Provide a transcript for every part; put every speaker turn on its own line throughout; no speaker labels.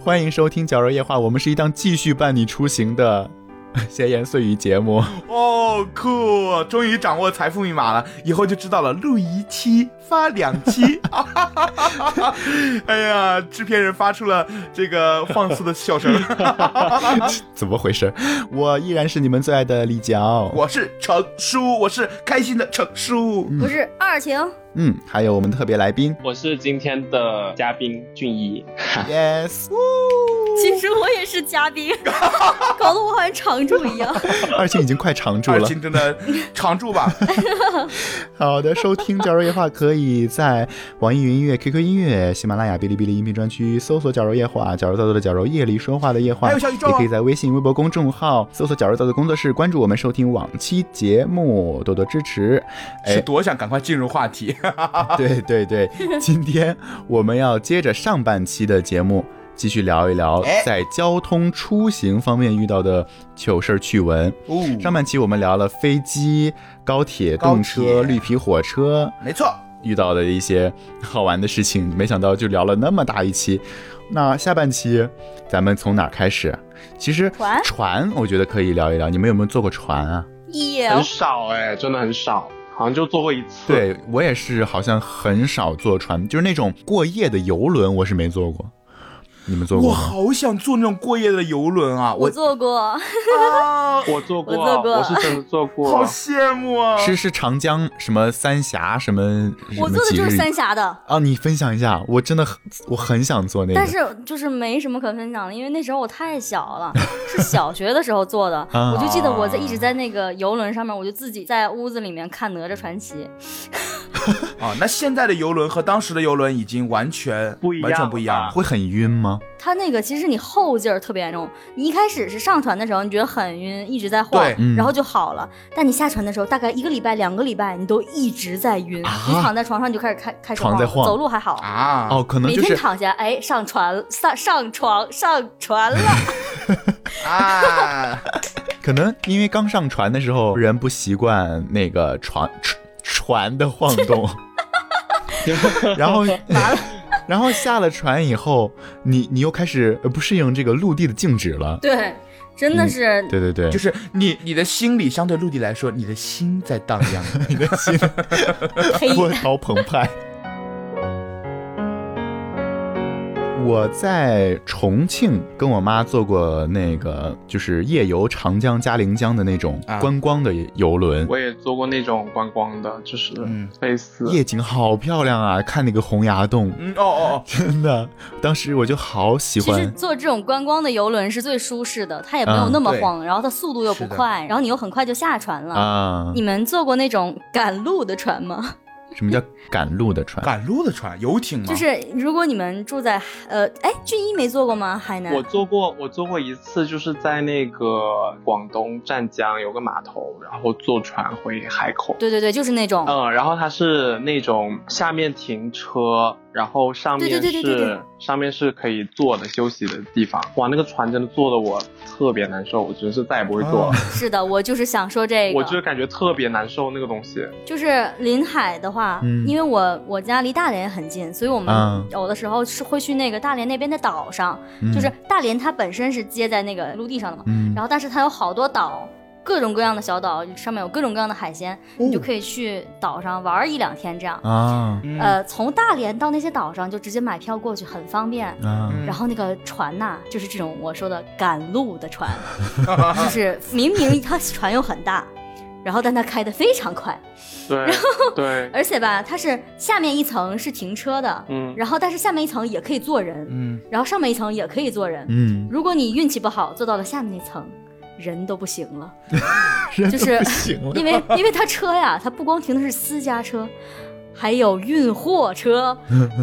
欢迎收听《矫揉夜话》，我们是一档继续伴你出行的闲言碎语节目。
哦，酷！终于掌握财富密码了，以后就知道了，录一期发两期。 哎呀，制片人发出了这个放肆的笑声。
怎么回事？我依然是你们最爱的李角。
我是程叔，我是开心的程叔。
嗯
不是二晴，
嗯，还有我们的特别来宾
我是今天的嘉宾俊一，
，yes，
其实我也是嘉 宾，搞得我好像常驻一样。
二青已经快常住
二
了。
斤哎真的常驻吧？
好的，收听《绞肉夜话》可以在网易云音乐、QQ 音乐、喜马拉雅、哔哩哔哩音频专区搜索“绞肉夜话”，绞肉造作的绞肉，夜里说话的夜话。
还有小宇宙
也可以在微信、微博公众号搜索“绞肉造作工作室”，关注我们，收听往期节目，多多支持。
是多想赶快进入话题。
对对对，今天我们要接着上半期的节目，继续聊一聊
哎
在交通出行方面遇到的糗事儿趣闻。
哦，
上半期我们聊了飞机、高铁、
高
动车、
铁
绿皮火车
没错，
遇到的一些好玩的事情，没想到就聊了那么大一期。那下半期咱们从哪儿开始？其实
船
船我觉得可以聊一聊。你们有没有坐过船啊？
也
很少哎、真的很少，好像就坐过一次。，
对我也是，好像很少坐船，就是那种过夜的游轮，我是没坐过。你们坐
我
过吗？
好想坐那种过夜的游轮啊！
我
我
做过，
啊，
我坐过，
我坐过
是真的坐过
好。羡慕啊！
是是长江什么三峡什么什
我
么
做的
几
就是
日
三峡的，
啊？你分享一下，我真的很我很想做那个。
但是就是没什么可分享的，因为那时候我太小 了，是小学的时候做的。
啊
我就记得我在一直在那个游轮上面，我就自己在屋子里面看《哪吒传奇》。
啊，那现在的游轮和当时的游轮已经完全
不一样
完全不一样
了
了。
会很晕吗？
它那个其实你后劲儿特别严重，你一开始是上船的时候你觉得很晕，一直在晃
对
嗯，
然后就好了。但你下船的时候，大概一个礼拜、两个礼拜，你都一直在晕。你躺在床上你就开始开开始
床啊
晃
在
了，
晃
走路还好。
啊，
哦，可能
每
就
天
是
躺下，哎，上船上上床上 船了，
啊，
可能因为刚上船的时候人不习惯那个船船船的晃 动，然后
完了，
然后下了船以后，你你又开始呃不适应这个陆地的静止了。
对，真的是
对对对，
就是你你的心理相对陆地来说，你的心在荡漾。
你的心
黑
波涛澎 湃。我在重庆跟我妈坐过那个就是夜游长江、嘉陵江的那种
啊
观光的游轮，
我也坐过那种观光的，就是
嗯
类似。
夜景好漂亮啊！看那个洪崖 洞，
嗯，哦哦
真的，当时我就好喜
其实
欢。
坐这种观光的游轮是最舒适的，它也没有
嗯
那么
对
晃，然后它速度又不
是的
快，然后你又很快就下船了。
啊
你，们坐过那种赶路的船吗？
什么叫赶路的船
哦，？赶路的船，游艇吗？
就是如果你们住在呃，哎，俊一没坐过吗？海南
我坐过，我坐过一次，就是在那个广东湛江有个码头，然后坐船回海口。
对对对，就是那种，
嗯，然后它是那种下面停车，然后上面
对
是
对对对对对
上面是可以坐的休息的地方。哇，那个船真的坐的我特别难受，我真是再也不会坐了。
是的，我就是想说这个，
我就是感觉特别难受那个东西。
就是临海的话，
嗯
因为我我家离大连也很近，所以我
嗯
们有的时候是会去那个大连那边的岛上，
嗯
就是大连它本身是接在那个陆地上的嘛，
嗯，
然后但是它有好多岛，各种各样的小岛，上面有各种各样的海鲜，你就可以去岛上玩儿一两天这样。
啊
嗯
呃，从大连到那些岛上就直接买票过去，很方便。
啊，
嗯
然后那个船呐、就是这种我说的赶路的 船，就是明明它船又很大，然后但它开得非常快，
对对，
而且吧，它是下面一层是停车的，
嗯，
然后但是下面一层也可以坐人，
嗯，
然后上面一层也可以坐人。
嗯，
如果你运气不好，坐到了下面那层，人都不行了，
人都
就是
不行了
因为因为它车呀，它不光停的是私家车，还有运货 车，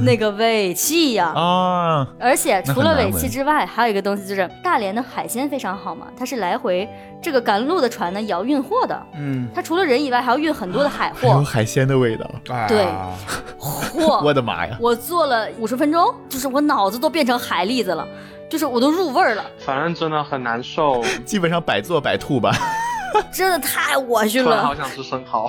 那个尾气呀、
啊，
而且除了尾
那
气
很难闻
之外，还有一个东西就是大连的海鲜非常好嘛，它是来回这个赶路的船呢也要运货的，
嗯，
它除了人以外还要运很多的海
还有
货。
海鲜的味道，
哎
对
呀
货，
我的妈呀！
我坐了五十分钟，就是我脑子都变成海蛎子了，就是我都入味儿了，
反正真的很难受。
基本上百坐百吐吧。
真的太恶心
突然好
了。
想吃生蚝，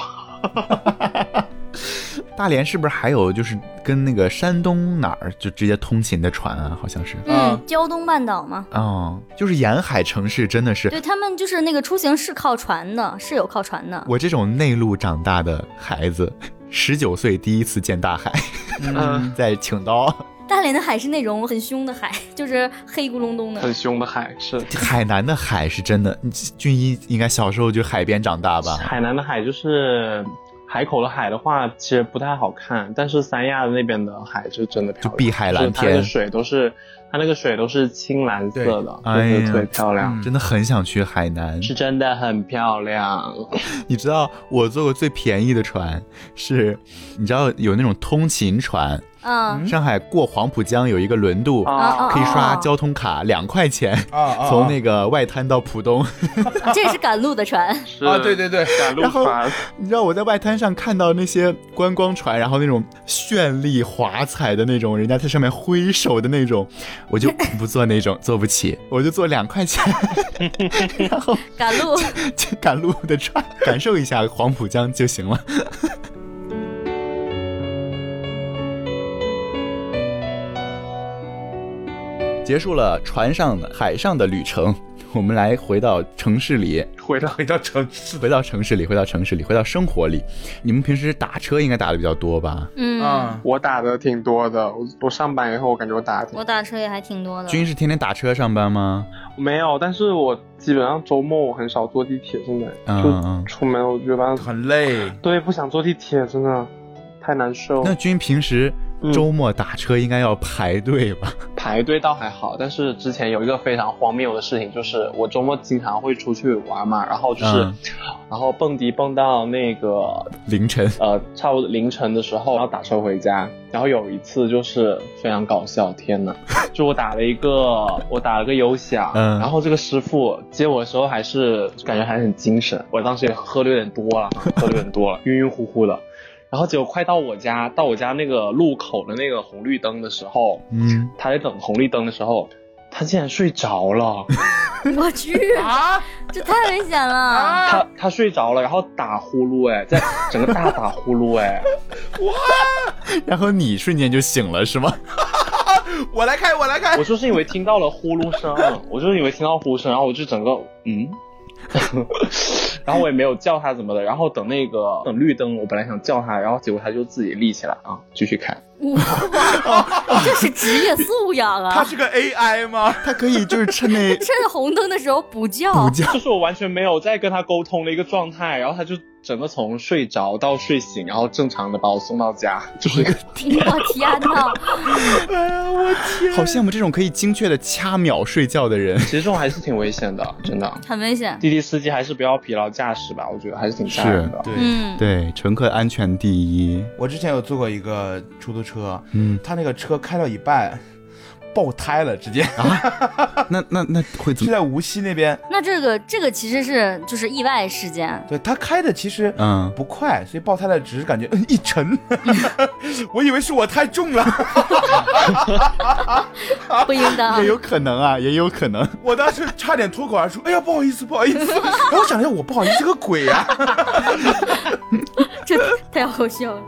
大连是不是还有就是跟那个山东哪儿就直接通勤的船啊？好像是。
啊
嗯，胶东半岛嘛，
哦，就是沿海城市真的是
对他们就是那个出行是靠船的，是有靠船的。
我这种内陆长大的孩子，十九岁第一次见大海，
嗯
在青岛、
大连的海是那种很凶的海， 就是黑咕隆咚的。嗯
很凶的海是
海南的海是真的。你嗯俊一应该小时候就海边长大吧？
海南的海就是海口的海的话，其实不太好看，但是三亚那边的海是真的漂亮，
就碧海蓝天
就是它的水都是它那个水都是青蓝色的，
哎
就是
呀，
特别漂亮，
嗯真的很想去海南。
是真的很漂亮。
你知道我坐过最便宜的船是，你知道有那种通勤船，
嗯，
上海过黄浦江有一个轮渡，
啊
啊
可以刷交通卡两块钱，
啊啊
从那个外滩到浦东。
啊，这是赶路的船。
是
啊对对对，
赶路
然 后
船，
你知道我在外滩上看到那些观光船，然后那种绚丽华彩的那种，人家在上面挥手的那种，我就不坐那种，坐不起，我就坐两块钱
赶路，
去赶路的船，感受一下黄浦江就行了。 结束了船上的海上的旅程，我们来回到城市里，
回到回到城市
回到城市里，回到城市里，回到生活里。你们平时打车应该打的比较多吧？
嗯，
啊，
我打的挺多的，我我上班以后我感觉我打的挺
我打车也还挺多的。
军是天天打车上班吗？
没有，但是我基本上周末我很少坐地铁，现在、
嗯嗯
就出门我觉得
很累。
对不想坐地铁，真的太难受。
那军平时
嗯
周末打车应该要排队吧？
排队倒还好，但是之前有一个非常荒谬的事情，就是我周末经常会出去玩嘛，然后就是，
嗯
然后蹦迪蹦到那个
凌晨
呃差不多凌晨的时候，然后打车回家，然后有一次就是非常搞笑，天 呐，就我打了一个我打了个优享，
嗯
然后这个师傅接我的时候还是感觉还很精神，我当时也喝的有点多了，喝的有点多了，晕晕乎乎的。然后结果快到我家，到我家那个路口的那个红绿灯的时候，
嗯，
他在等红绿灯的时候，他竟然睡着了。
我去，
啊
这太危险了！
啊！
他他睡着了，然后打呼噜，哎，在整个大打呼噜，哎，
然后你瞬间就醒了是吗？
我来开，我来开
我。就是因为听到了呼噜声，我就是因为听到呼声，然后我就整个嗯。 然后我也没有叫他怎么的，然后等那个等绿灯，我本来想叫他，然后结果他就自己立起来啊，继续开。
哇，这是职业素养
他
啊！
是个 AI 吗？
他可以就是趁那
趁着红灯的时候补觉，
补觉，
就是我完全没有在跟他沟通的一个状态，然后他就整个从睡着到睡醒，然后正常的把我送到家，就是
哎我天哪！
好羡慕这种可以精确的掐秒睡觉的人。
其实这种还是挺危险的，真的。
很危险。
滴滴司机还是不要疲劳驾驶吧，我觉得还是挺吓人的。
对
嗯，
对，乘客安全第一。
我之前有坐过一个出租车，
嗯，
他那个车开到一半爆胎了，直接
那那那会怎
是
么？
在无锡那边。
那这个这个其实是就是意外事件，
对他开的其实
嗯
不快，所以爆胎了，只是感觉嗯一沉， 我以为是我太重了，
不应当
啊也。有可能啊，也有可能。
我当时差点脱口而出，哎呀不好意思不好意 思，然后我想了一下，我不好意思个鬼啊！
这太好笑了。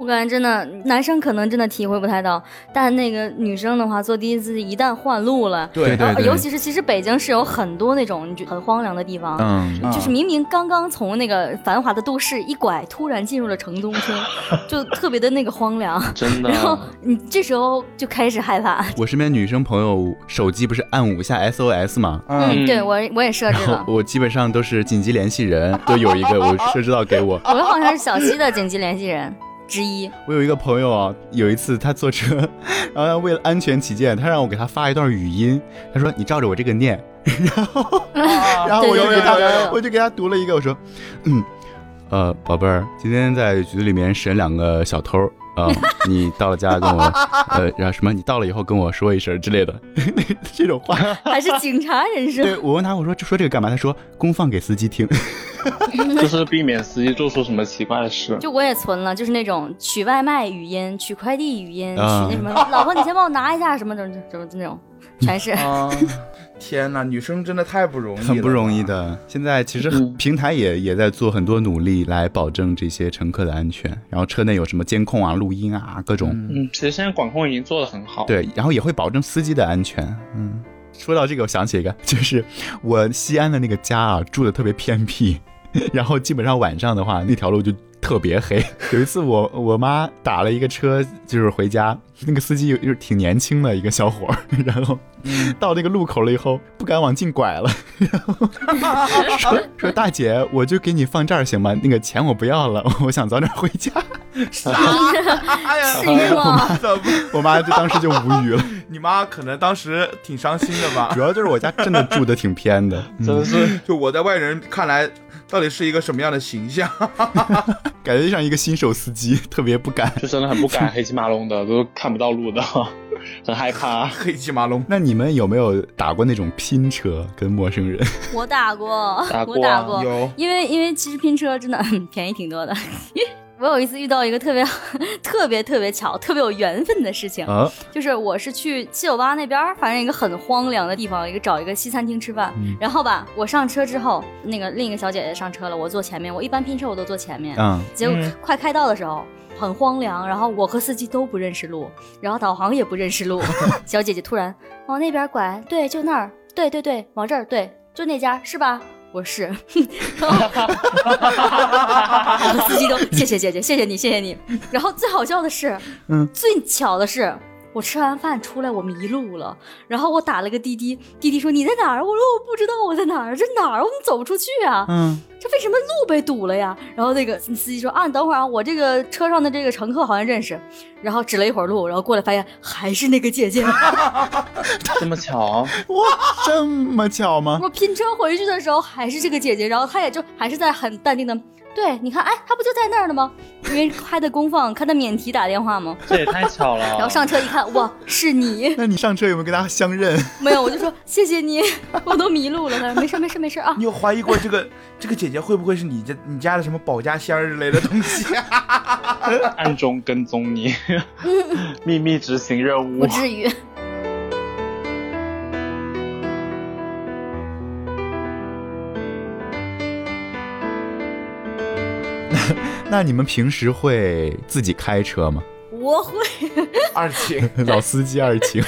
我感觉真的，男生可能真的体会不太到，但那个女生的话，坐第一次一旦换路了，
对
对
然后
对，
尤其是其实北京是有很多那种你就很荒凉的地方，
嗯，
啊
就是明明刚刚从那个繁华的都市一拐，突然进入了城中村，就特别的那个荒凉。
嗯
真的
然后你这时候就开始害怕，
我身边女生朋友手机不是按五下 SOS 吗？
嗯，
嗯
对我我也设置
然
了
后，我基本上都是紧急联系人，都有一个我设置到给我。
我好像是小西的紧急联系人之一。
我有一个朋友啊，有一次他坐车，然后他为了安全起见，他让我给他发一段语音，他说你照着我这个念，
啊
然后我就
哦对
给
对
他
对对对，
我就给他读了一个，我说，嗯，呃，宝贝儿，今天在局里面审两个小偷啊、你到了家跟我，呃，然后什么，你到了以后跟我说一声之类的， 这种 话。
还是警察人
对
生。
我问他，我说这说这个干嘛？他说公放给司机听。
就是避免司机做出什么奇怪的事。
就我也存了，就是那种取外卖语音、取快递语音、
啊嗯
取那什么，老婆你先帮我拿一下什么的，什么那种，全是。
啊， 天呐，女生真的太不容易了，
很不容易。的。现在其实很
嗯
平台也也在做很多努力来保证这些乘客的安全，然后车内有什么监控啊、录音啊各种，
嗯，
嗯，其实现在管控已经做得很好。，
对，然后也会保证司机的安全。嗯，说到这个，我想起一个，就是我西安的那个家啊，住的特别偏僻， 然后基本上晚上的话，那条路就特别黑。有一次我我妈打了一个车，就是回家，那个司机又又挺年轻的一个小伙儿，然后到那个路口了以后，不敢往进拐了，然后说说大姐，我就给你放这儿行吗？那个钱我不要了，我想早点回家。
哎呀，
是吗？
怎么？
我妈就当时就无语了，
你妈可能当时挺伤心的吧
主？要就是我家真的住的挺偏的，嗯
真的是
就我在外人看来，到底是一个什么样的形象？
感觉像一个新手司机， 特别不敢。
就真的很不敢黑漆麻龙的，都看不到路的， 很害怕。
黑漆麻龙，
那你们有没有打过那种拼车跟陌生人？
我打过，
打过
我
啊
打过，
有
因为因为其实拼车真的 便宜挺多的。我有一次遇到一个特别特别特别巧、特别有缘分的事情，
啊，
就是我是去七九八那边儿，反正一个很荒凉的地方，一个找一个西餐厅吃饭。
嗯
然后吧，我上车之后，那个另一个小姐姐上车了，我坐前面。我一般拼车我都坐前面，
嗯，
结果
嗯
快开到的时候。很荒凉，然后我和司机都不认识路，然后导航也不认识路。小姐姐突然往那边拐，对，就那儿，对对对，往这儿，对，就那家是吧？我是，然后我和司机都谢谢姐姐，谢谢你，谢谢你。然后最好笑的是，
嗯
最巧的是，我吃完饭出来我迷路了，然后我打了个滴滴，滴滴说你在哪儿？我说我不知道我在哪儿，这哪儿？我们走不出去啊。
嗯，
这为什么路被堵了呀？然后那个司机说啊，你等会儿啊，我这个车上的这个乘客好像认识，然后指了一会儿路，然后过来发现还是那个姐姐。
这么巧，
哇，啊这么巧吗？
我拼车回去的时候还是这个姐姐，然后她也就还是在很淡定的，对，你看，哎，她不就在那儿了吗？因为开的公放，开的免提打电话嘛。
这也太巧了。
然后上车一看，哇，是你！
那你上车有没有跟他相认？
没有，我就说谢谢你，我都迷路了。她说没事没事没事啊
你，有怀疑过这个这个姐姐会不会是你家你家的什么保家仙儿之类的东 西啊？
暗中跟踪你， 秘密执行任
不
务。
至于。
那你们平时会自己开车吗？
我会，
二姐，，
老司机二情，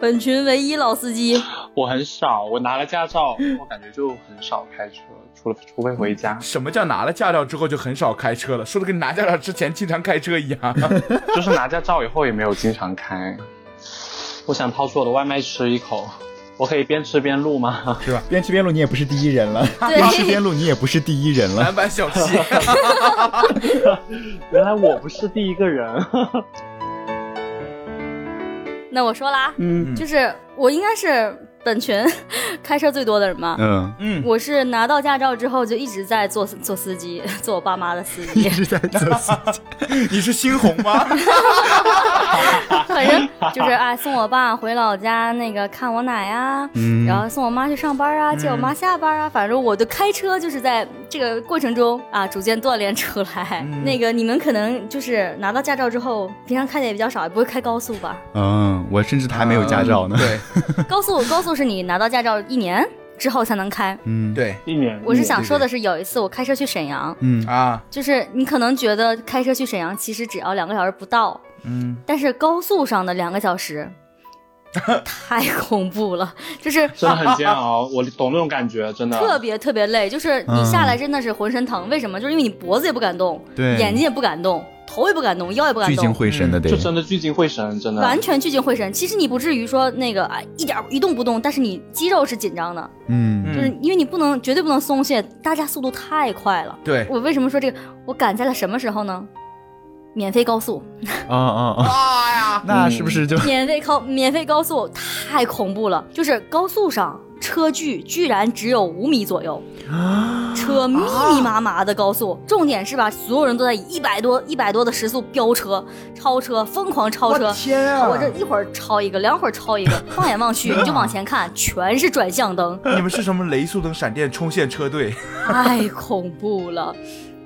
本群唯一老司机。
我很少，我拿了驾照，我感觉就很少开车，除了除非回家
什么叫拿了驾照之后就很少开车了？说的跟拿驾照之前经常开车一样。
就是拿驾照以后也没有经常开。我想掏出我的外卖吃一口，我可以边吃边录吗？
是吧？ 边吃边录，你也不是第一人了；
对
边吃边录，你也不是第一人 了。
男版 小七，
原来我不是第一个 人。
那我说啦，
嗯
就是我应该是本群 开车最多的人 嘛。
嗯，
嗯，
我是拿到驾照之后就一直在做做司机， 做我爸妈的司
一
机。
直在做司机。
你是新红吗？
反正就是哎，送我爸回老家那个看我奶啊，
嗯，
然后送我妈去上班啊，接我妈
嗯
下班啊。反正我的开车就是在这个过程中啊，逐渐锻炼出来。
嗯
那个你们可能就是拿到驾照之后，平常开的也比较少，也不会开高速 吧？
嗯，我甚至还没有驾照呢。
嗯对
高速高速是你拿到驾照一年之后才能开。
嗯，，
对
一年，
我是想
对
说的
对
是，有一次我开车去沈阳，
嗯，
啊，
就是你可能觉得开车去沈阳其实只要两个小时不到，
嗯，
但是高速上的两个 小时太恐怖了，就是
真的很煎熬，我懂那种感觉，真的。
特别特别累，就是你下来真的是浑身疼。为什么？就是因为你脖子也不敢动，
嗯对
眼睛也不敢动，头也不敢动，腰也不敢
聚精
动。
会神的得
就。真的聚精会神，真的。
完全聚精会神，其实你不至于说那个啊一点儿一动不动，但是你肌肉是紧张的，
嗯
嗯
就是因为你不能绝对不能松懈，大家速度太快了。
对
我为什么说这个？我赶在了什么时候呢？免费高速，
啊啊啊！
啊呀，
那是不是就
免费高 免费高速太恐怖了，就是高速上车距居然只有五米左右，车密密麻麻的高速，重点是吧，所有人都在以一百多一百多的时速飙车、超车，疯狂超
我
车。
天啊！
我这一会儿超一个，两会儿 超一个，放眼望去，你就往前看，全是转向灯，
你们是什么雷速登闪电冲线车队？
太恐怖了。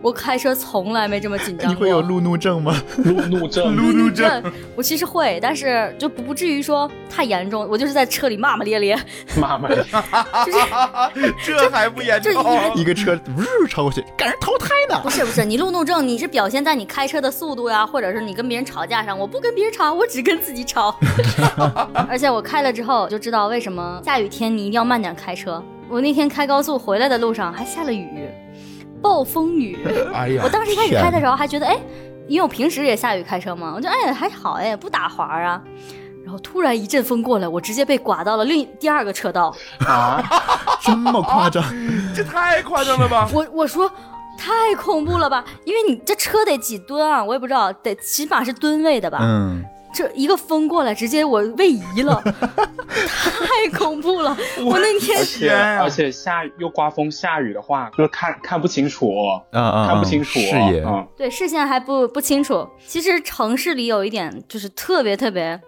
我开车从来没这么紧张
嗯
你
过。
会有路怒症吗？
路怒 症，
路怒症，
我其实会，但是就不不至于说太严重。我就是在车里骂骂咧咧，
妈妈，
这还不严
这
重？
这
一个车呜超过去，赶上投胎呢。
不是不是，你路怒症你是表现在你开车的速度呀，或者是你跟别人吵架上。我不跟别人吵，我只跟自己吵。 而且我开了之后就知道为什么下雨天你一定要慢点开车。我那天开高速回来的路上还下了雨，暴风雨。
哎呀
我，当时一开始
天
开的时候还觉得，哎，因为我平时也下雨开车嘛，我就哎还好哎，不打滑啊。然后突然一阵风过来，我直接被刮到了另一第二个车道。
啊
这么夸张？
这太夸张了 吧！
我我说太恐怖了吧，因为你这车得几吨啊，我也不知道，得起码是吨位的吧。
嗯，
这一个风过来，直接我位移了，太恐怖了。我那天
而
哎
且
天啊
而且下又刮风下雨的话，就是看看不清楚，
啊啊，
看不清楚
视野。
嗯
对视线还不不清楚。其实城市里有一点就是特别特别，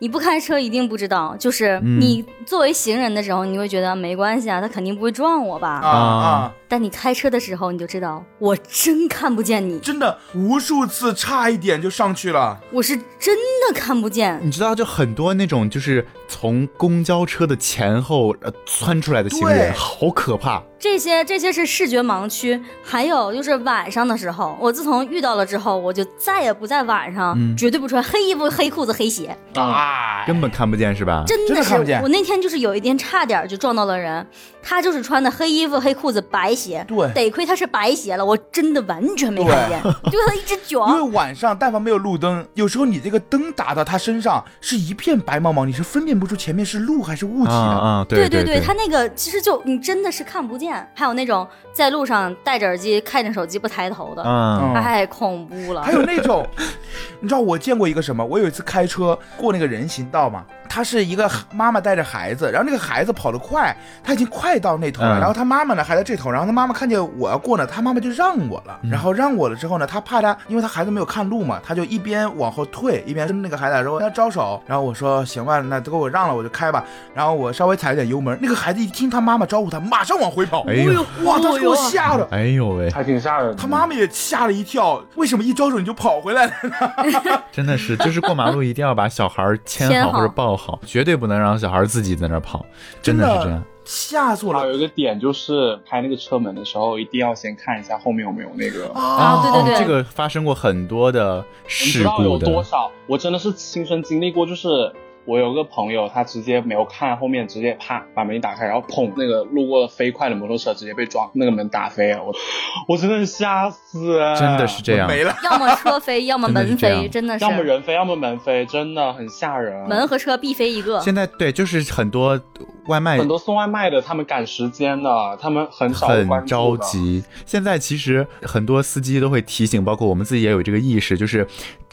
你不开车一定不知道，就是
嗯
你作为行人的时候，你会觉得没关系啊，他肯定不会撞我吧。
啊啊！
但你开车的时候，你就知道我真看不见你，
真的无数次差一点就上去了，
我是真的看不见。
你知道，就很多那种就是从公交车的前后呃窜出来的行
对
人，好可怕。
这些这些是视觉盲区，还有就是晚上的时候，我自从遇到了之后，我就再也不在晚上，
嗯
绝对不穿黑衣服、黑裤子、黑鞋。
啊，
哎，
根本看不见是吧？
真
真
的
的
是
看不见
我那天就是有一天差点就撞到了人，他就是穿的黑衣服、黑裤子、白鞋，
对
得亏他是白鞋了，我真的完全没看见， 就他一直
因为
卷。
晚上但凡没有路灯，有时候你这个灯打到他身上是一片白茫茫，你是分辨不出前面是路还是雾气
啊
的。
啊，
对
对
对，他那个其实就你真的是看不见，还有那种在路上戴着耳机看着手机不抬头的，
嗯
嗯
太恐怖了
还。有那种，你知道我见过一个什么？我有一次开车过那个人行道嘛，他是一个妈妈带着孩子，然后那个孩子跑得快，他已经快到那头了，
嗯
然后他妈妈呢还在这头，然后他妈妈看见我要过呢，他妈妈就让我了，然后让我了之后呢，他怕他，因为他孩子没有看路嘛，他就一边往后退，一边跟那个孩子然后跟他招手，然后我说行吧，那都给我让了，我就开吧，然后我稍微踩了点油门，那个孩子一听他妈妈招呼他，马上往回跑，
哎呦，
哇，他给我吓的。
哎呦喂，
还挺吓人的。
他妈妈也吓了一跳，为什么一招手你就跑回来了？
真的是，就是过马路一定要把小孩儿牵
牵
好
好
或者抱好，绝对不能让小孩儿自己在那儿跑，真的是这样。
吓死我
还
了！
啊有一个点就是开那个车门的时候，一定要先看一下后面有没有那
哦
个。
啊对对对
哦这个发生过很多的
你知
事
道有
故
多
的，
少？我真的是亲身经历过，就是我有个朋友，他直接没有看后面，直接啪把门一打开，然后砰，那个路过飞快的摩托车直接被撞，那个门打飞了，我 我真的是吓死，啊
真的是这样。
哦没了，
要么车飞，要么门飞，真的是
要么人飞，要么门飞，真的很吓
啊
人。
门和车必飞一 个。
现在对，就是很多外卖
很多送外卖的，他们赶时间的，他们很少关注的
很着。急。现在其实很多司机都会提醒，包括我们自己也有这个意识，就是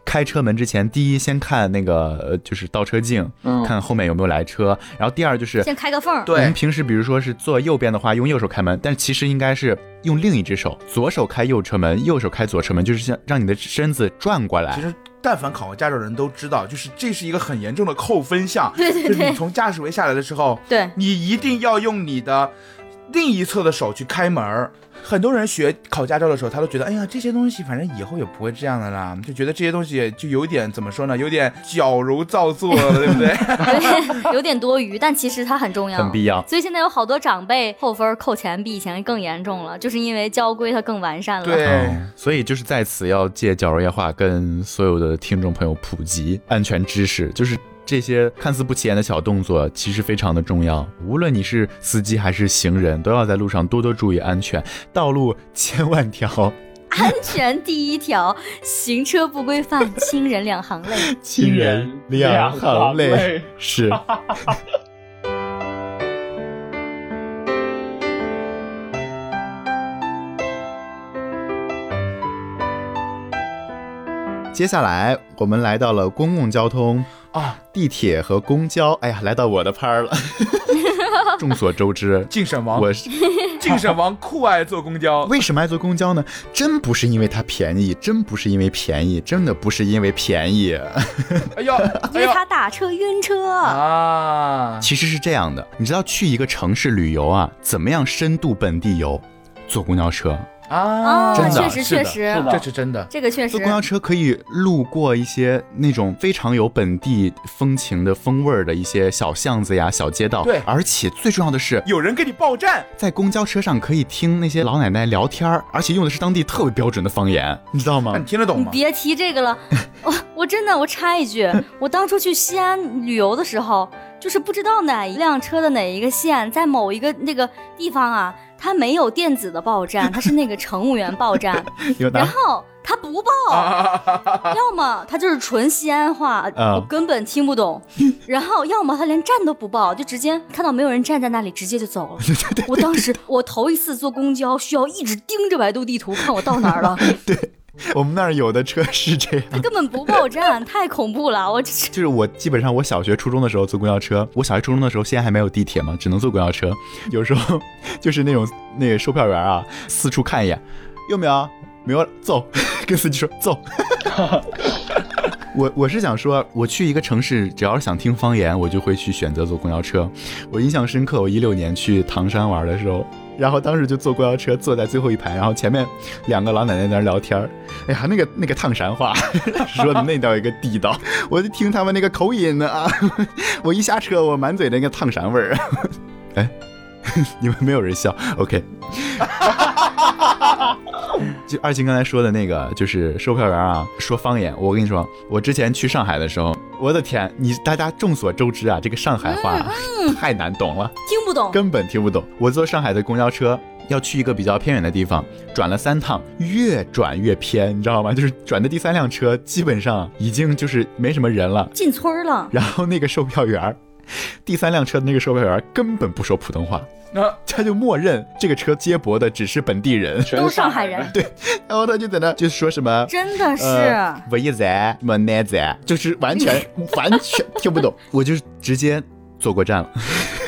开车门之前，第一先看那个呃就是倒车镜，
嗯
看后面有没有来车，然后第二就是
先开个缝儿，
我们
对，
平时比如说是坐右边的话，用右手开门，但其实应该是用另一只手，左手开右车门，右手开左车门，就是像让你的身子转过来。
其实但凡考过驾照的人都知道，就是这是一个很严重的扣分项。
对对
就是你
对
从驾驶位下来的时候，
对，
你一定要用你的另一侧的手去开门儿。很多人学考驾照的时候，他都觉得，哎呀，这些东西反正以后也不会这样的啦，就觉得这些东西就有点怎么说呢，有点矫揉造作了，对不对？
对， 有点多余，但其实它很重要，
很必要
所以现在有好多长辈扣分儿扣钱比以前更严重了，就是因为交规它更完善了。
对
嗯所以就是在此要借绞肉夜话跟所有的听众朋友普及安全知识，就是这些看似不起眼的小动作，其实非常的重要。无论你是司机还是行人，都要在路上多多注意安全，道路千万条，
安全第一条，行车不规范，亲人两行
哎
泪。
亲人两行
两行
泪
泪。
是， 接下来我们来到了公共交通、
啊，
地铁和公交。哎呀，来到我的拍 儿了。众所周知，
竞审王，
我是
竞审王酷爱坐公 交，
为什么爱坐公交呢？真不是因为它便宜，真不是因为便宜，真的不是因为便宜。
哎呦，
因
哎
为
呦
他打车晕车，
啊，
其实是这样的，你知道去一个城市旅游啊，怎么样深度本地游？坐公交车。
啊
啊，
真的
确实
是
确
的
实
是，的
这是真的。
这个确实
坐公交车可以路过一些那种非常有本地风情的风味儿的一些小巷子呀、小街道。
对
而且最重要的是，
有人跟你报站，
在公交车上可以听那些老奶奶聊天儿，而且用的是当地特别标准的方言，你知道
那
吗
你？听得懂
你
吗？
别提这个了，我我真的我插一句，我当初去西安旅游的时候，就是不知道哪一辆车的哪一个线，在某一个那个地方啊，它没有电子的报站，它是那个乘务员报站，
有
然
的。
后它不报，要么它就是纯西安话，
啊
我根本听不懂，然后要么它连站都不报，就直接看到没有人站在那里，直接就走了。我当时我头一次坐公交，需要一直盯着百度地图看我到哪儿了。
我们那儿有的车是这 样。
根本不报站，太恐怖 了！我这是
就是我基本上我小学、初中的时候坐公交车，我小学、初中的时候西安还没有地铁嘛，只能坐公交车。有时候 就是那种那个售票员啊，四处看一眼，有没有？没有，走， 跟司机说走。 我我是想说，我去一个城市，只要是想听方言，我就会去选择坐公交车。我印象深刻，我一六年去唐山玩的时候，然后当时就坐公交车，坐在最后一排，然后前面两个老奶奶在那儿聊天儿哎呀，那个那个唐山话 说的那叫一个地道，我就听他们那个口音呢啊， 我一下车，我满嘴那个唐山味儿。 哎，你们没有人笑，OK。就二青刚才说的那个，就是售票员啊，说方言。我跟你说，我之前去上海的时候，我的天，你大家众所周知啊，这个上海话太难懂了。
听不懂。
根本听不懂。我坐上海的公交车要去一个比较偏远的地方，转了三趟，越转越偏，你知道吗？就是转的第三辆车基本上已经就是没什么人了，
进村儿了，
然后那个售票员儿。 第三辆车的那个售票员儿根本不说普通话，
嗯
那
他就默认这个车接驳的只是本地人，
全
都
是
上
海
海人，
然后他就在那就说什么
真的是、啊
呃我一仔，我奶仔，就是完全完全听不懂，我就直接坐过站了。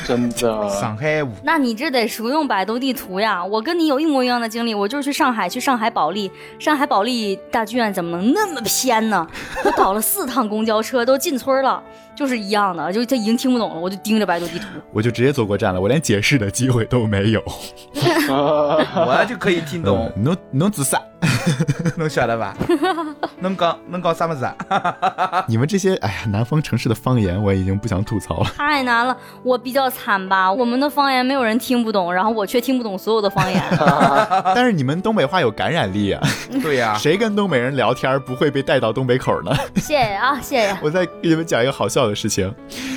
真的。
上海舞
那你这得熟用百度地图呀！我跟你有一模一样的经历，我就是去上海，去上海保利，上海保利大剧院怎么能那么偏呢？我倒了四趟公交车，都进村儿了，就是一样的，就他已经听不懂了，我就盯着百度地图。
我就直接坐过站了，我连解释的机会都没有。
我就可以听 懂，
嗯，侬侬做啥？
能晓得吧？能讲能讲啥么子啊？
你们这些哎呀，南方城市的方言我已经不想吐槽 了。
太难了，我比较惨吧，我们的方言没有人听不懂，然后我却听不懂所有的 方言。
但是你们东北话有感染力啊，
对 呀，
谁跟东北人聊天不会被带到东北口呢？
谢谢啊，谢谢。
我再给你们讲一个好笑的事情，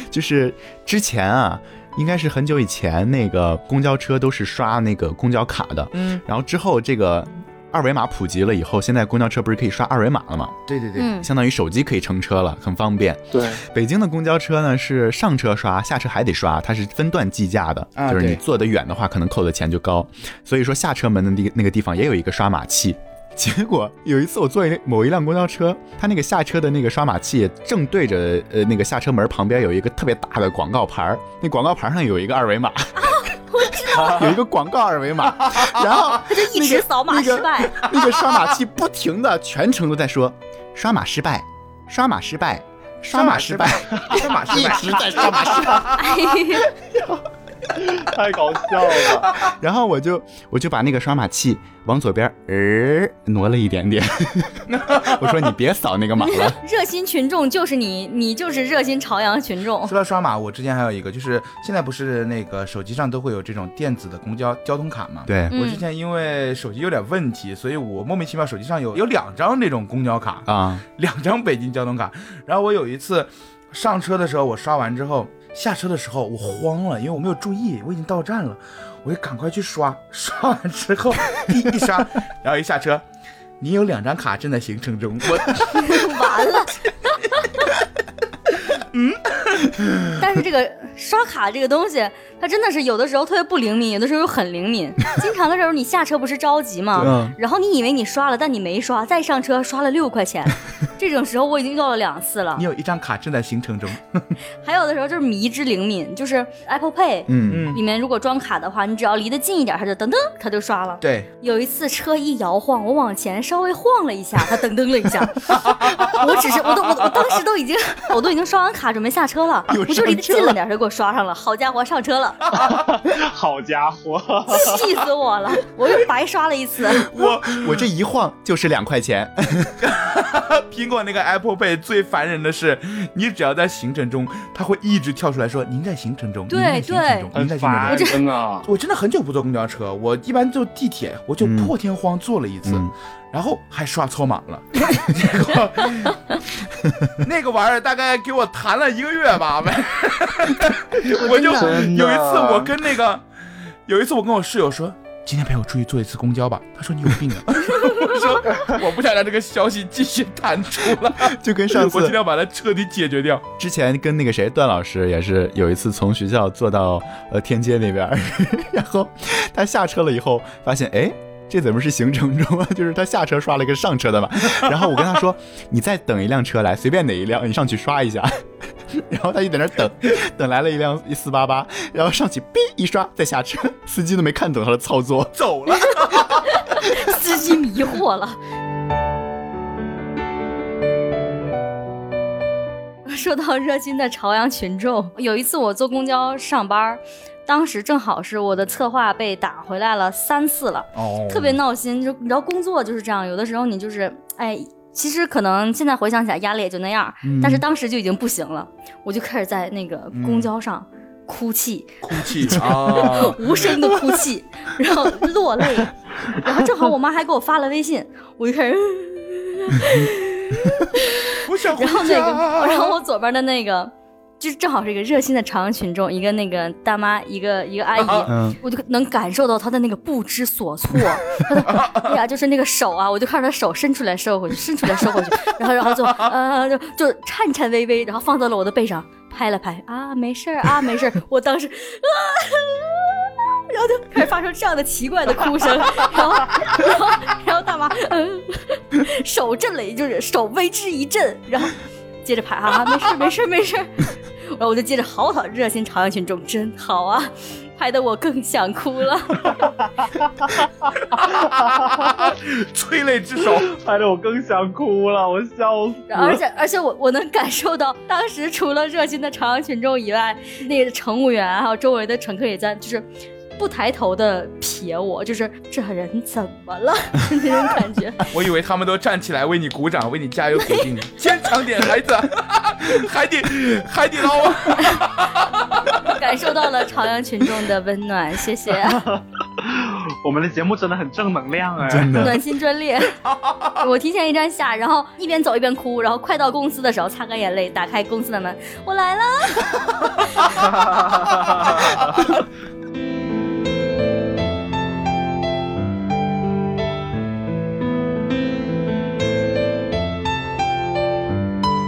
就是之前啊，应该是很久以前，那个公交车都是刷那个公交卡的，
嗯，
然后之后这个。二维码普及了以后，现在公交车不是可以刷二维码了吗？
对对对，
嗯，
相当于手机可以乘车了，很方便。
对，
北京的公交车呢是上车刷，下车还得刷，它是分段计价的，
啊
就是你
对
坐得远的话，可能扣的钱就高。所以说下车门的那个那个地方也有一个刷码器。结果有一次我坐一某一辆公交车，它那个下车的那个刷码器正对着呃那个下车门旁边有一个特别大的广告牌儿，那广告牌上有一个二 维码，
哦
有一个广告二维码，然后
他就一直扫码
那个
失败。
那个刷码器不停的全程都在说刷码失败，刷码失败，刷码失败，
刷码失败，
一直在刷码失败。
哎
太搞笑了。
然后我就我就把那个刷码器往左边儿、呃挪了一点 点，我说你别扫那个码了。
热心群众就是你，你就是热心朝阳群众。
说到刷码，我之前还有一个，就是现在不是那个手机上都会有这种电子的公交交通卡嘛？。
对
嗯
我之前因为手机有点问题，所以我莫名其妙手机上有有两张那种公交卡，
啊，
两张北京交通卡。然后我有一次上车的时候，我刷完之后，下车的时候我慌了，因为我没有注意，我已经到站了，我就赶快去刷。 刷完之后一一刷，然后一下车，你有两张卡正在行程中。我
完了。嗯， 但是这个刷卡这个东西，它真的是有的时候特别不灵敏，有的时候又很灵 敏。经常的时候，你下车不是着急
对
吗
啊？
然后你以为你刷了，但你没刷，再上车刷了六 块钱。这种时候我已经遇到了两次了
你。有一张卡正在行程中。
还有的时候就是迷之灵敏，就是 Apple Pay
嗯，
嗯，
里面如果装卡的话，你只要离得近一点，它就噔噔，它就刷 了。
对，
有一次车一摇晃，我往前稍微晃了 一下，它噔噔了一下。我只是，我都我我当时都已经，我都已经刷完卡准备下车了，
又
我就离得
上车
近了点儿，他给我刷上了。好家伙，上车了，
好家伙，
气死我了！我又白刷了一次。
我
我这一晃就是两块钱，
苹果那个 Apple Pay 最烦人的是，你只要在行程中，它会一直跳出来说您在行程中，
对
您在行程中，
很
您在行
烦，
程中。
真的。
我真的很久不坐公交车，我一般坐地铁，我就
嗯
破天荒坐了一次，
嗯
然后还刷错码了， 结果 那个玩意儿大概给我谈了一个月吧， 我就
真的
有一次我跟那个有一次我跟我室友说。今天陪我出去坐一次公交吧。他说你有病啊！ 我说我不想让这个消息继续弹出来，
就跟 上
我今天
次
要把它彻底解决掉。
之前跟那个谁段老师也是有一次从学校坐到呃天街那边儿， 然后他下车了以后发现哎。这怎么是行程中啊？就是他下车刷了一个上车的嘛， 然后我跟他说：“你再等一辆车来，随便哪一辆，你上去刷一下。” 然后他就在那儿等，等来了一辆四八八，然后上去哔一刷，再下车，司机都没看懂他的操作。
走了，
司机迷惑了。说到热心的朝阳群众，有一次我坐公交上班儿，当时正好是我的策划被打回来了三次了，
哦
特别闹心。就你知道工作就是这样，有的时候你就是哎，其实可能现在回想起来压力也就那样，但是当时就已经不行了，我就开始在那个公交上哭泣。
哭泣啊！
无声的哭泣，然后落泪，然后正好我妈还给我发了微信，我就开始，
我想回
然后那
家。
个，然后我左边的那个，就是正好是一个热心的朝阳群众，一个那个大妈，一个一个阿姨。
嗯，
我就能感受到她的那个不知所措，她的哎呀，就是那个手啊，我就看着她手伸出来收回去，伸出来收回去，然后然后就呃就就颤颤巍巍，然后放到了我的背上，拍了拍啊，没事儿啊，没事儿，我当时啊。然后就开始发出这样的奇怪的哭声，然后，然后，然后大妈，嗯，手震了一，就是手为之一震，然后接着拍啊，没事儿没事儿没事儿，然后我就接着嚎啕热心朝阳群众，真好啊，拍的我更想哭了。
催泪之手，
拍的我更想哭了，我笑死
而且而且我我能感受到，当时除了热心的朝阳群众以外，那个乘务员啊还有周围的乘客也在，就是不抬头的瞥我，就是这人怎么了 那种感觉。
我以为他们都站起来为你鼓掌，为你加油鼓 劲，坚强点，孩 子，海底海底捞啊！
感受到了朝阳群众的温暖，谢谢，
我们的节目真的很正能量哎，
真的。
暖心专列。我提前一站下，然后一边走一边哭，然后快到公司的时候擦干眼泪，打开公司的门，我来了。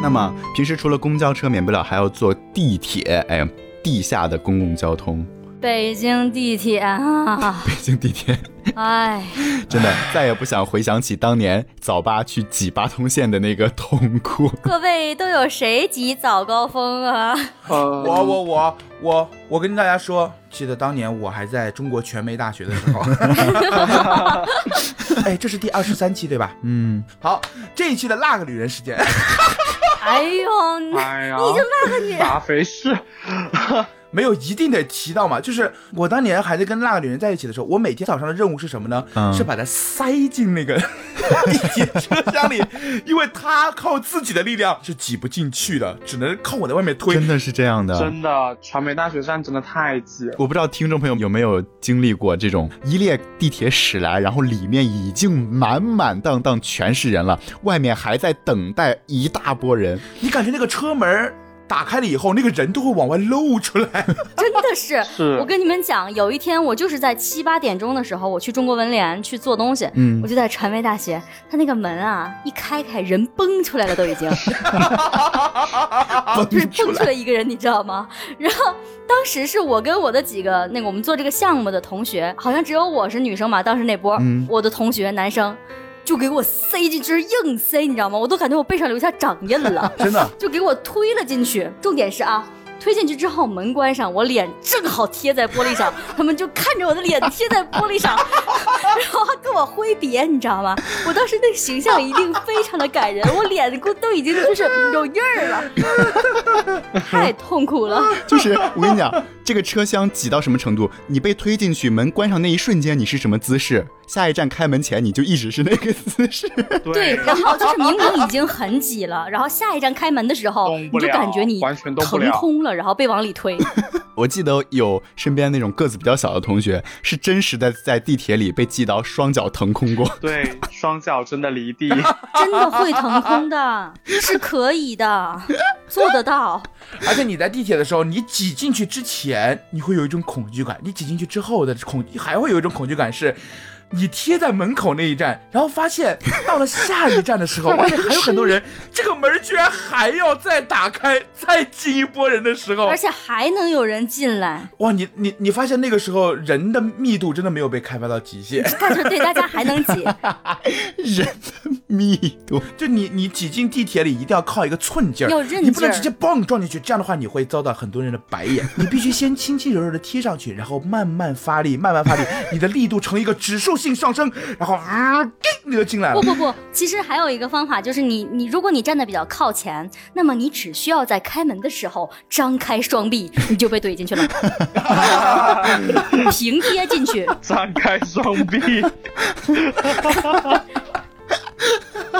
那么平时除了公交车，免不了还要坐地铁，哎，地下的公共交通，
北京地铁啊，
北京地铁，
哎，
真的再也不想回想起当年早八去挤八通线的那个痛苦。
各位都有谁挤早高峰啊？
我
我我我我我跟大家说，记得当年我还在中国传媒大学的时 候，哎，这是第二十三期对吧？
嗯，
好，这一期的那个女人时间，
哎呦，你
哎呀，你就那个你咋 回事？
啊
没有一定得提到嘛，就是我当年还在跟那个女人在一起的时候，我每天早上的任务是什么呢？
嗯
是把她塞进那个 地铁车厢里，因为她靠自己的力量是挤不进去的，只能靠我在外面推。
真的是这样的。
真的，传媒大学站真的太挤了。
我不知道听众朋友有没有经历过这种一列地铁驶来，然后里面已经满满当当全是人了，外面还在等待一大波人。
你感觉那个车门打开了以后，那个人都会往外露出来。
真的是，
是
我跟你们讲，有一天我就是在七八点钟的时候，我去中国文联去做东西，
嗯
我就在传媒大学，他那个门啊一开开，人蹦出来了都已 经，就是蹦出来一个人，你知道吗？然后当时是我跟我的几个那个我们做这个项目的同学，好像只有我是女生嘛，当时那波、
嗯
我的同学男生。就给我塞进，就是硬塞，你知道吗？我都感觉我背上留下掌印了。
真的，
就给我推了进去。重点是啊，推进去之后门关上，我 脸正好贴在玻璃上，他们就看着我的脸贴在玻璃上，然后还跟我我挥别，你知道吗？我当时那个形象一定非常的感人，我脸都都已经就是 有印儿了， 太痛苦了。
就是我跟你讲，这个车厢挤到什么程度？你被推进去，门关上那一瞬间，你是什么姿势？下一站开门前，你就一直是那个姿势。
对，然后就是明明已经很挤了，然后下一站开门的时候，
动
你
不
就
了
感觉你
完全动不
腾
了
空了，然后被往里推。
我记得有身边那种个子比较小的同学，是真实的在地铁里被挤到双脚腾空过。
对，双脚真的离地。
真的会腾空的，是可以的，做得到。
而且你在地铁的时候，你挤进去之前，你会有一种恐惧感；你挤进去之后的恐，还会有一种恐惧感是。你贴在门口那一站，然后发现到了下一站的时候，外面还有很多 人，这个门居然还要再打开，再进一波人的时候
而，且还能有人进来，
哇！你你你发现那个时候人的密度真的没有被开发到极限，
但是对大家还能挤，
人的密度，
就你你挤进地铁里一定要靠一个寸劲儿，
要韧劲儿
你不能直接嘣撞进去，这样的话你会遭到很多人的白 眼。你必须先轻轻柔柔的贴上去，然后慢慢发力，慢慢发力，你的力度成一个指数性上升，然后啊、叮你就进来了
不。不不，其实还有一个方法，就是你你如果你站的比较靠前，那么你只需要在开门的时候张开双臂，你就被怼进去了， 平贴进去。
张开双臂，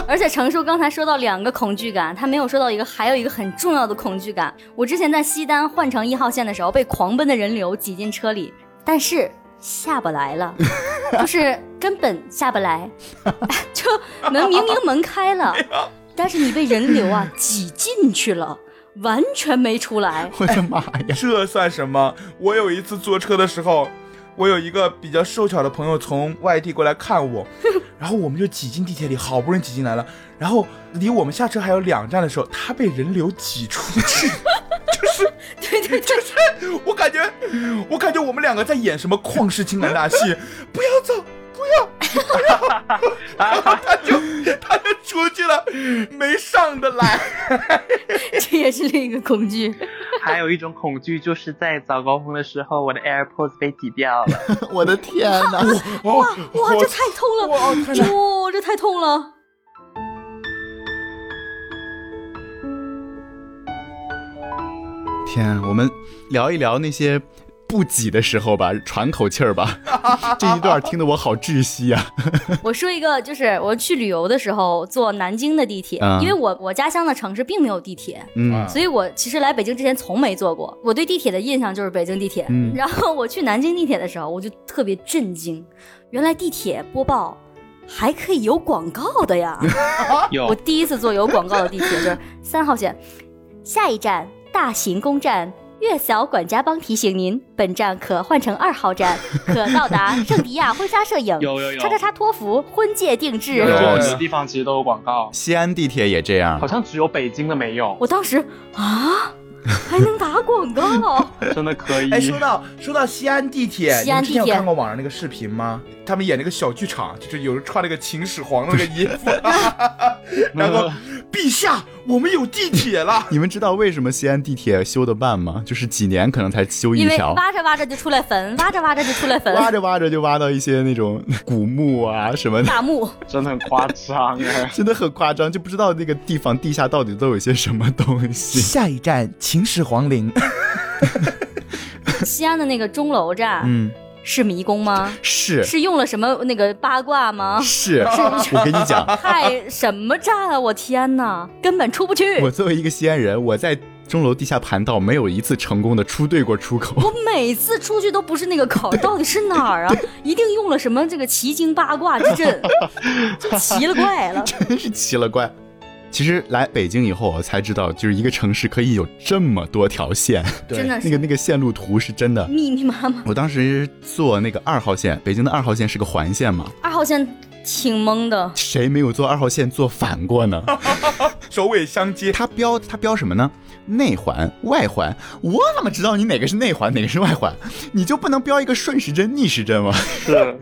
而且程叔刚才说到两个恐惧感，他没有说到一个，还有一个很重要的恐惧感。我之前在西单换乘一号线的时候，被狂奔的人流挤进车里，但是下不来了，就是根本下不来，就门明明门开了，但是你被人流啊挤进去了，完全没出 来。
我的妈呀！
这算什么？我有一次坐车的时候，我有一个比较瘦小的朋友从外地过来看 我，然后我们就挤进地铁里，好不容易挤进来了，然后离我们下车还有两站的时候，他被人流挤出 去。
对 对对，
我感觉，我感觉我们两个在演什么旷世情感大戏， 不要走，不要，不要，然后他就他就出去了，没上得来。
这也是另一个恐惧。
还有一种恐惧就是在早高峰的时候，我的 AirPods 被挤掉了。
我的天哪！
哦，
哇，这太痛了！
哇太难
哇，这太痛了。
天啊，我们聊一聊那些不挤的时候吧，喘口气儿 吧。这一段听得我好窒息啊！
我说一个，就是我去旅游的时候坐南京的地铁，
嗯
因为我我家乡的城市并没有地铁，
嗯
啊
所以我其实来北京之前从没坐过。我对地铁的印象就是北京地铁。
嗯
然后我去南京地铁的时候，我就特别震惊，原来地铁播报还可以有广告的呀！我
哦
有
第一次坐有广告的地铁， 就是三号线，下一站大行宫站。月嫂管家帮提醒您，本站可换乘二 号站，可到达圣地亚婚纱摄影。
有有有
叉叉叉托福婚戒定制
有
有
很多地方其实都有广告，
西安地铁也这样
好，像只有北京的没有，
我当时啊，还能打广 告？
真的可以。
哎， 说到说到西安地铁，
嗯西安
你们之前
地铁
有看过网上那个视频吗？他们演那个小剧场，就是有人穿那个秦始皇那个衣服， 然后陛下，我们有地铁了。
你们知道为什么西安地铁修得慢吗？就是几年可能才修一
因为
条，
挖着挖着就出来坟，挖着挖着就出来坟，
挖着挖着就挖到一些那种古墓啊什么的，。
大墓。
真的很夸张哎
真的很夸张，就不知道那个地方地下到底都有些什么东 西。
下一站秦始皇陵，
西安的那个钟楼站、
嗯，
是迷宫吗？
是
是用了什么那个八 卦吗？
是，我跟你讲，
太什么站啊！我天哪，根本出不去。
我作为一个西安人，我在钟楼地下盘道没有一次成功的出对过出口。
我每次出去都不是那个口，到底是哪儿啊？一定用了什么这个奇经八卦之阵，就奇了 怪了。
真是奇了怪。其实来北京以后，我才知道，就是一个城市可以有这么多条线，
真的
那
是
个那个线路图是真的。
密密麻麻。
我当时坐那个二号线，北京的二号线是个环线嘛，
二号线挺懵的，
谁没有坐二号线坐反过呢？
首尾相接。
它标它标什么呢？内环、外环，我怎么知道你哪个是内环，哪个是外环？你就不能标一个顺时针、逆时针 吗？
是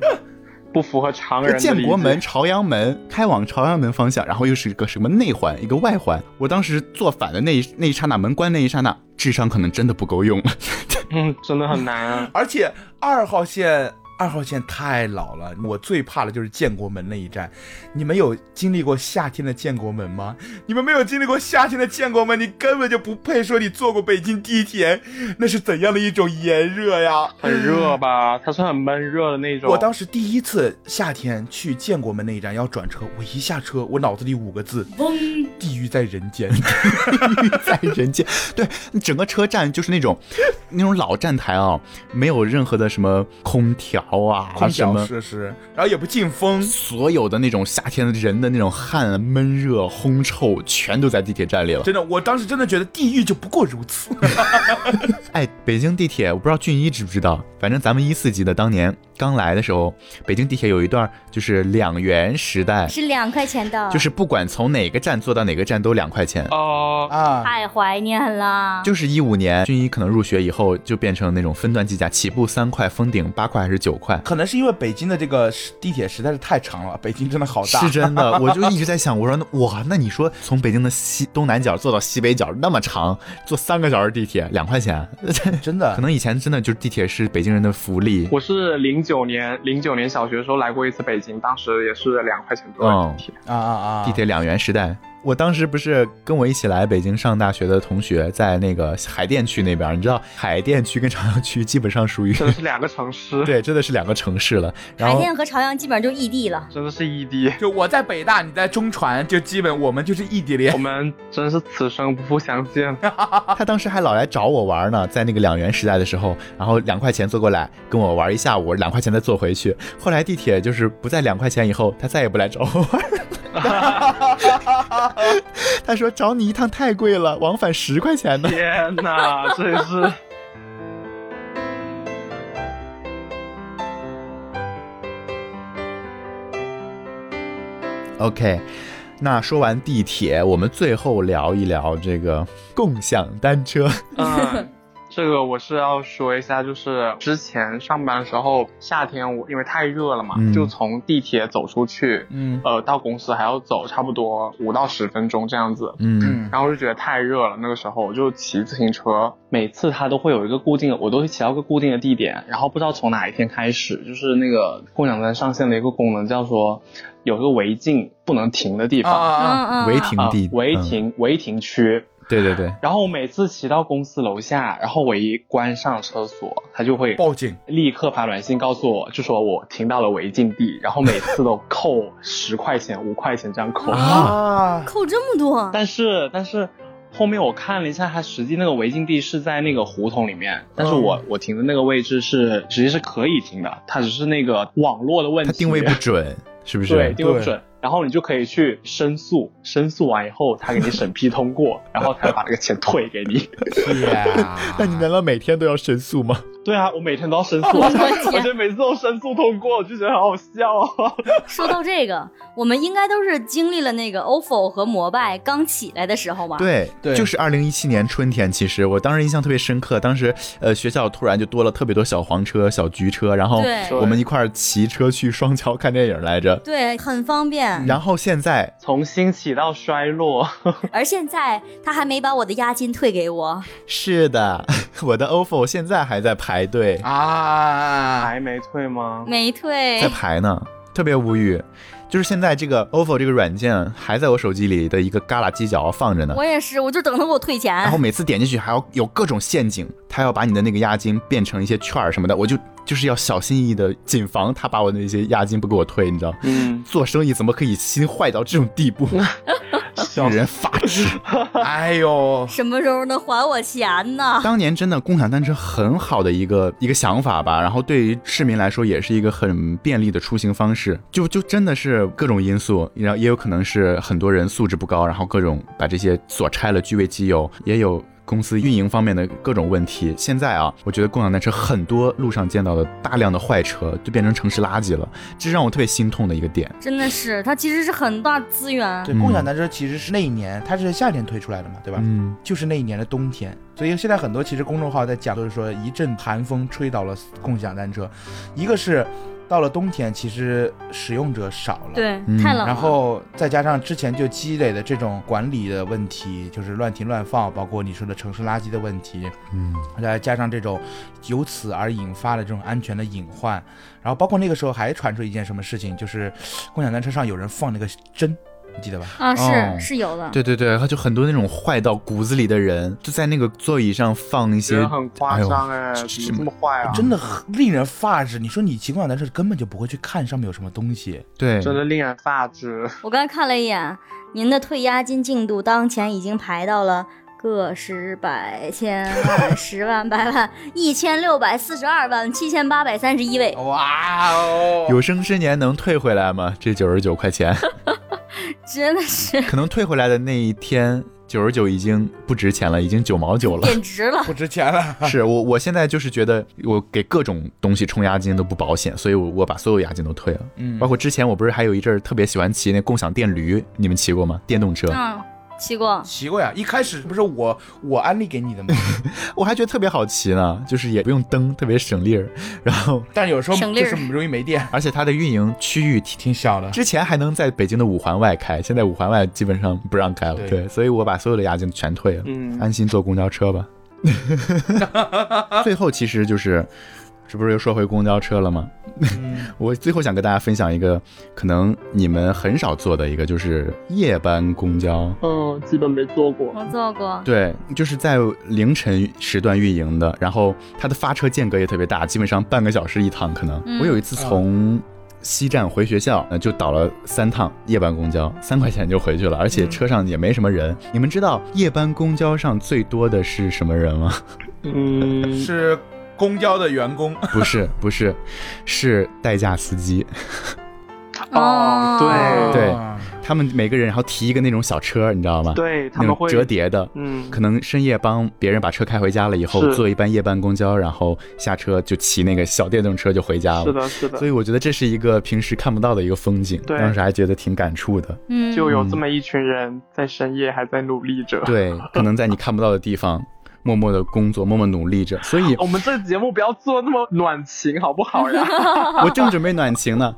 不符合常人的理解
建国门、朝阳门开往朝阳门方向，然后又是一个什么内环，一个外环。我当时坐反的那一那一刹那，门关那一刹那，智商可能真的不够用了。
嗯，真的很难啊。
而且二号线二号线太老了，我最怕的就是建国门那一站。你们有经历过夏天的建国门吗？你们没有经历过夏天的建国门，你根本就不配说你坐过北京地铁，那是怎样的一种炎热呀！
很热吧？它算很闷热的那种。
我当时第一次夏天去建国门那一站要转车，我一下车，我脑子里五个字：
嗡，
地狱在人间。
在人间，对，整个车站就是那种那种老站台啊，没有任何的什么空调啊，
空
什
调
么
设施，然后也不进风，
所有的那种夏天的人的那种汗、闷热、烘臭，全都在地铁站里了。
真的，我当时真的觉得地狱就不过如此。
哎，北京地铁，我不知道俊一知不知道，反正咱们一四级的当年刚来的时候，北京地铁有一段就是两元时代，
是啊两块钱的，
就是不管从哪个站坐到哪个站都两块钱。
哦、
啊，
太怀念了。
就是一五年，俊一可能入学以后就变成那种分段计价，起步三块，封顶八块还是九块。
可能是因为北京的这个时地铁实在是太长了，北京真的好大。
是真的，我就一直在想，我说那哇，那你说从北京的西东南角坐到西北角那么长，坐三个小时地铁两块钱，
真的
可能以前真的就是地铁是北京人的福利。
我是零九年零九年小学的时候来过一次北京，当时也是两块钱多
哦
的地铁。
啊啊啊！
地铁两元时代，我当时不是跟我一起来北京上大学的同学，在那个海淀区那边，你知道海淀区跟朝阳区基本上属于，
真的是两个城 市，
对，真的是两个城市了。然
海
后
淀和朝阳基本上就异地了。
真的是异地。
就我在北大，你在中传，就基本我们就是异地
我
恋。
们真是此生不复相 见。
他当时还老来找我玩呢，在那个两元时代的时候，然后两块钱坐过来跟我玩一下午，两块钱再坐回去。后来地铁就是不在两块钱以后，他再也不来找我玩了。他说找你一趟太贵了，往返十块钱呢。
天哪，真是。
OK，那说完地铁，我们最后聊一聊这个共享单车。
嗯，这个我是要说一下，就是之前上班的时候，夏天我因为太热了嘛，
嗯
就从地铁走出去，
嗯
呃，到公司还要走差不多五到十分钟这样子。
嗯，
然后就觉得太热了，那个时候我就骑自行车，每次它都会有一个固定的，我都会骑到一个固定的地点，然后不知道从哪一天开始，就是那个共享单上线了一个功能，叫做有个违禁不能停的地
啊
方，
啊啊！
嗯嗯，
违停
啊
地，
违
嗯，
停违停区，
对对对，
然后我每次骑到公司楼下，然后我一关上车锁，他就会
报警，
立刻发短信告诉我，就说我停到了违禁地，然后每次都扣十块钱、五块钱这样扣。
啊
啊
哦扣这么多，
但是但是后面我看了一下，它实际那个违禁地是在那个胡同里面，但
哦
是我、我停的那个位置是实际是可以停的，它只是那个网络的问题，
他定位不准，是不是？
对，定位不
对
准。然后你就可以去申诉，申诉完以后，他给你审批通过，然后才把那个钱退给你。
呀
那你难道每天都要申诉吗？
对啊，我每天都要申诉，
我的
我
天
觉得每次都申诉通过，我就觉得好好笑啊。
说到这个，我们应该都是经历了那个 ofo 和摩拜刚起来的时候吧？，
对，
对
就是二零一七年春天。其实我当时印象特别深刻，当时呃学校突然就多了特别多小黄车、小橘车，然后
对
我们一块儿骑车去双桥看电影来着。
对，很方便。
然后现在
从兴起到衰落，
而现在他还没把我的押金退给我，
是的， 我的 ofo 现在还在排队，
啊！
还没退吗？
没退
在。排呢，特别无语。就是现在这个 ofo 这个软件还在我手机里的一个旮旯犄角放着呢
我，也是，我就等他给我退
然后
钱。
每次点进去还要有各种陷阱，他要把你的那个押金变成一些券儿什么的，我就就是要小心翼翼的谨防他把我的那些押金不给我退，你知道。
嗯，
做生意怎么可以心坏到这种地步？
笑
令人发指！
哎呦，
什么时候能还我钱呢？
当年真的共享单车很好的一个一个想法吧，然后对于市民来说也是一个很便利的出行方式。就就真的是各种因素，然后也有可能是很多人素质不高，然后各种把这些所拆了据为己有，也有。公司运营方面的各种问题，现在啊，我觉得共享单车很多路上见到的大量的坏车就变成城市垃圾了，这让我特别心痛的一个点。
真的是，它其实是很大资源。
对，共享单车其实是那一年，它是夏天推出来的嘛，对吧？
嗯，
就是那一年的冬天，所以现在很多其实公众号在讲，就是说一阵寒风吹倒了共享单车，一个是到了冬天，其实使用者少了。
对
嗯，
太冷了。
然后再加上之前就积累的这种管理的问题，就是乱停乱放，包括你说的城市垃圾的问题，
嗯，
再加上这种由此而引发的这种安全的隐患，然后包括那个时候还传出一件什么事情，就是共享单车上有人放那个针，你记得吧？
啊，
哦
是是有的。
对对对，然后就很多那种坏到骨子里的人，就在那个座椅上放一
觉
些
得很夸张哎，怎么这么坏啊？
真的很令人发指。你说你骑共享单车根本就不会去看上面有什么东西，
对，
真的令人发指。
我刚才看了一眼，您的退押金进度当前已经排到了个十百千万十万百万一千六百四十二万七千八百三十一位，
哇哦！
有生之年能退回来吗？这九十九块 钱，
真的 是
可能退回来的那一天，九十九已经不值钱了，已经九毛九了。
贬值了。
不值钱了，
是我，我现在就是觉得我给各种东西充押金都不保险，所以我我把所有押金都退了，
嗯
包括之前我不是还有一阵儿特别喜欢骑那共享电驴，你们骑过吗？电动车，
嗯，骑过。
骑过呀。啊一开始不是我我安利给你的 吗？
我还觉得特别好骑呢，就是也不用蹬，特别省力儿，然后
但是有时候
省力
就
儿
是容易没电，
而且它的运营区域挺
挺小的。
之前还能在北京的五环外开，现在五环外基本上不让开了。
对
对，所以我把所有的押金全退了，
嗯
安心坐公交车吧。最后其实就是，这不是又说回公交车了吗？
嗯
我最后想跟大家分享一个可能你们很少坐的一个，就是夜班公交。
嗯，基本没做过。
我坐过，
对，就是在凌晨时段运营的，然后它的发车间隔也特别大，基本上半个小时一趟可能。
嗯
我有一次从西站回学校，呃，就倒了三趟夜班公交，三块钱就回去了，而且车上也没什么人。你们知道夜班公交上最多的是什么人吗？
嗯，
是公交的员工，
不是，不是，是代驾司机。
哦，
哦
对
对他们每个人然后提一个那种小车，你知道吗？，
对，他
那
们
种
会
折，叠的。
嗯，
可能深夜帮别人把车开回家了以后，
是
坐一班夜班公交，然后下车就骑那个小电动车就回家了。
是的，是的
啊所，以我觉得这是一个平时看不到的一个风景，
对
当时还觉得挺感触的。
嗯，
就有这么一群人在深夜还在努力着。
对， 可能在你看不到的地方，默默的工作，默默努力着。所以
我们这节目不要做那么暖情，好不 好呀？
我正准备暖情呢。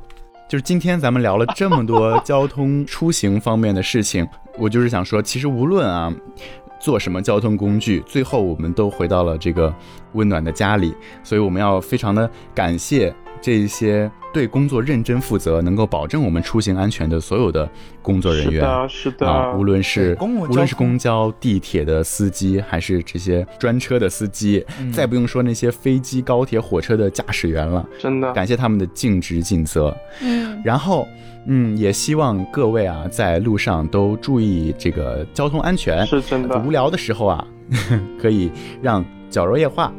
就是今天咱们聊了这么多交通出行方面的事情，我就是想说，其实无论啊做什么交通工具，最后我们都回到了这个温暖的家里，所以我们要非常的感谢这一些对工作认真负责、能够保证我们出行安全的所有的工作人
是
员。
的，是
啊，
的
无，论是
对公共
无论是
交通
公交、地铁的司机，还是这些专车的司机，
嗯
再不用说那些飞机、高铁、火车的驾驶员了，
真的。
感谢他们的尽职尽责。
嗯，
然后，嗯，也希望各位啊，在路上都注意这个交通安全。
是真的
无聊的时候啊， 可以让绞肉夜话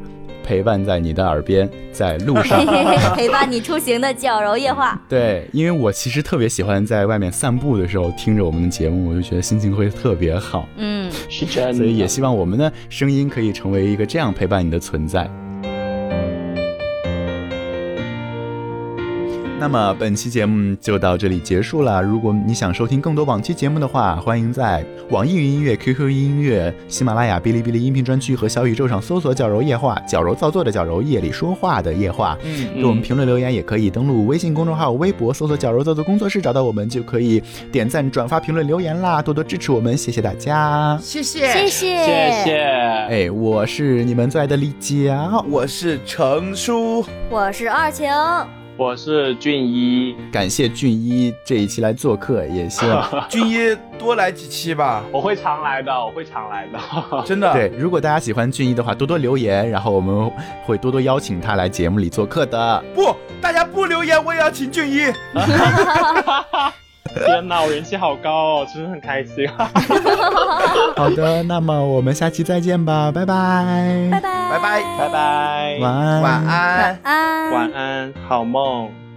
陪伴在你的耳边，在路上
嘿 嘿嘿，陪伴你出行的矫揉夜话。
对，因为我其实特别喜欢在外面散步的时候听着我们的节目，我就觉得心情会特别好。
嗯，
是真的
所以也希望我们的声音可以成为一个这样陪伴你的存在。那么本期节目就到这里结束了。如果你想收听更多往期节目的话，欢迎在网易云音乐、QQ 音乐、喜马拉雅、哔哩哔哩音频专区和小宇宙上搜索“矫揉夜话”，矫揉造作的矫揉，夜里说话的夜话。
嗯，
给我们评论留言，也可以登录微信公众号、微博搜索“矫揉造作工作室”，找到我们就可以点赞、转发、评论、留言啦！多多支持我们，谢谢大家。
谢
谢
谢。
谢，
谢谢，
哎，我是你们最爱的李佳，
我是程叔，
我是二晴，
我是俊一，
感谢俊一这一期来做客，也希 望
俊一多来几期吧，
我会常来的，我会常来的。
真的。
对，如果大家喜欢俊一的话，多多留言，然后我们会多多邀请他来节目里做客的。
不，大家不留言，我也要请俊一。
天哪，我人气好高哦，真的很开心。
好的，那么我们下期再见吧，拜拜，
拜，
拜拜
拜拜，
嗯
晚安，
晚安。
安
晚安，好梦。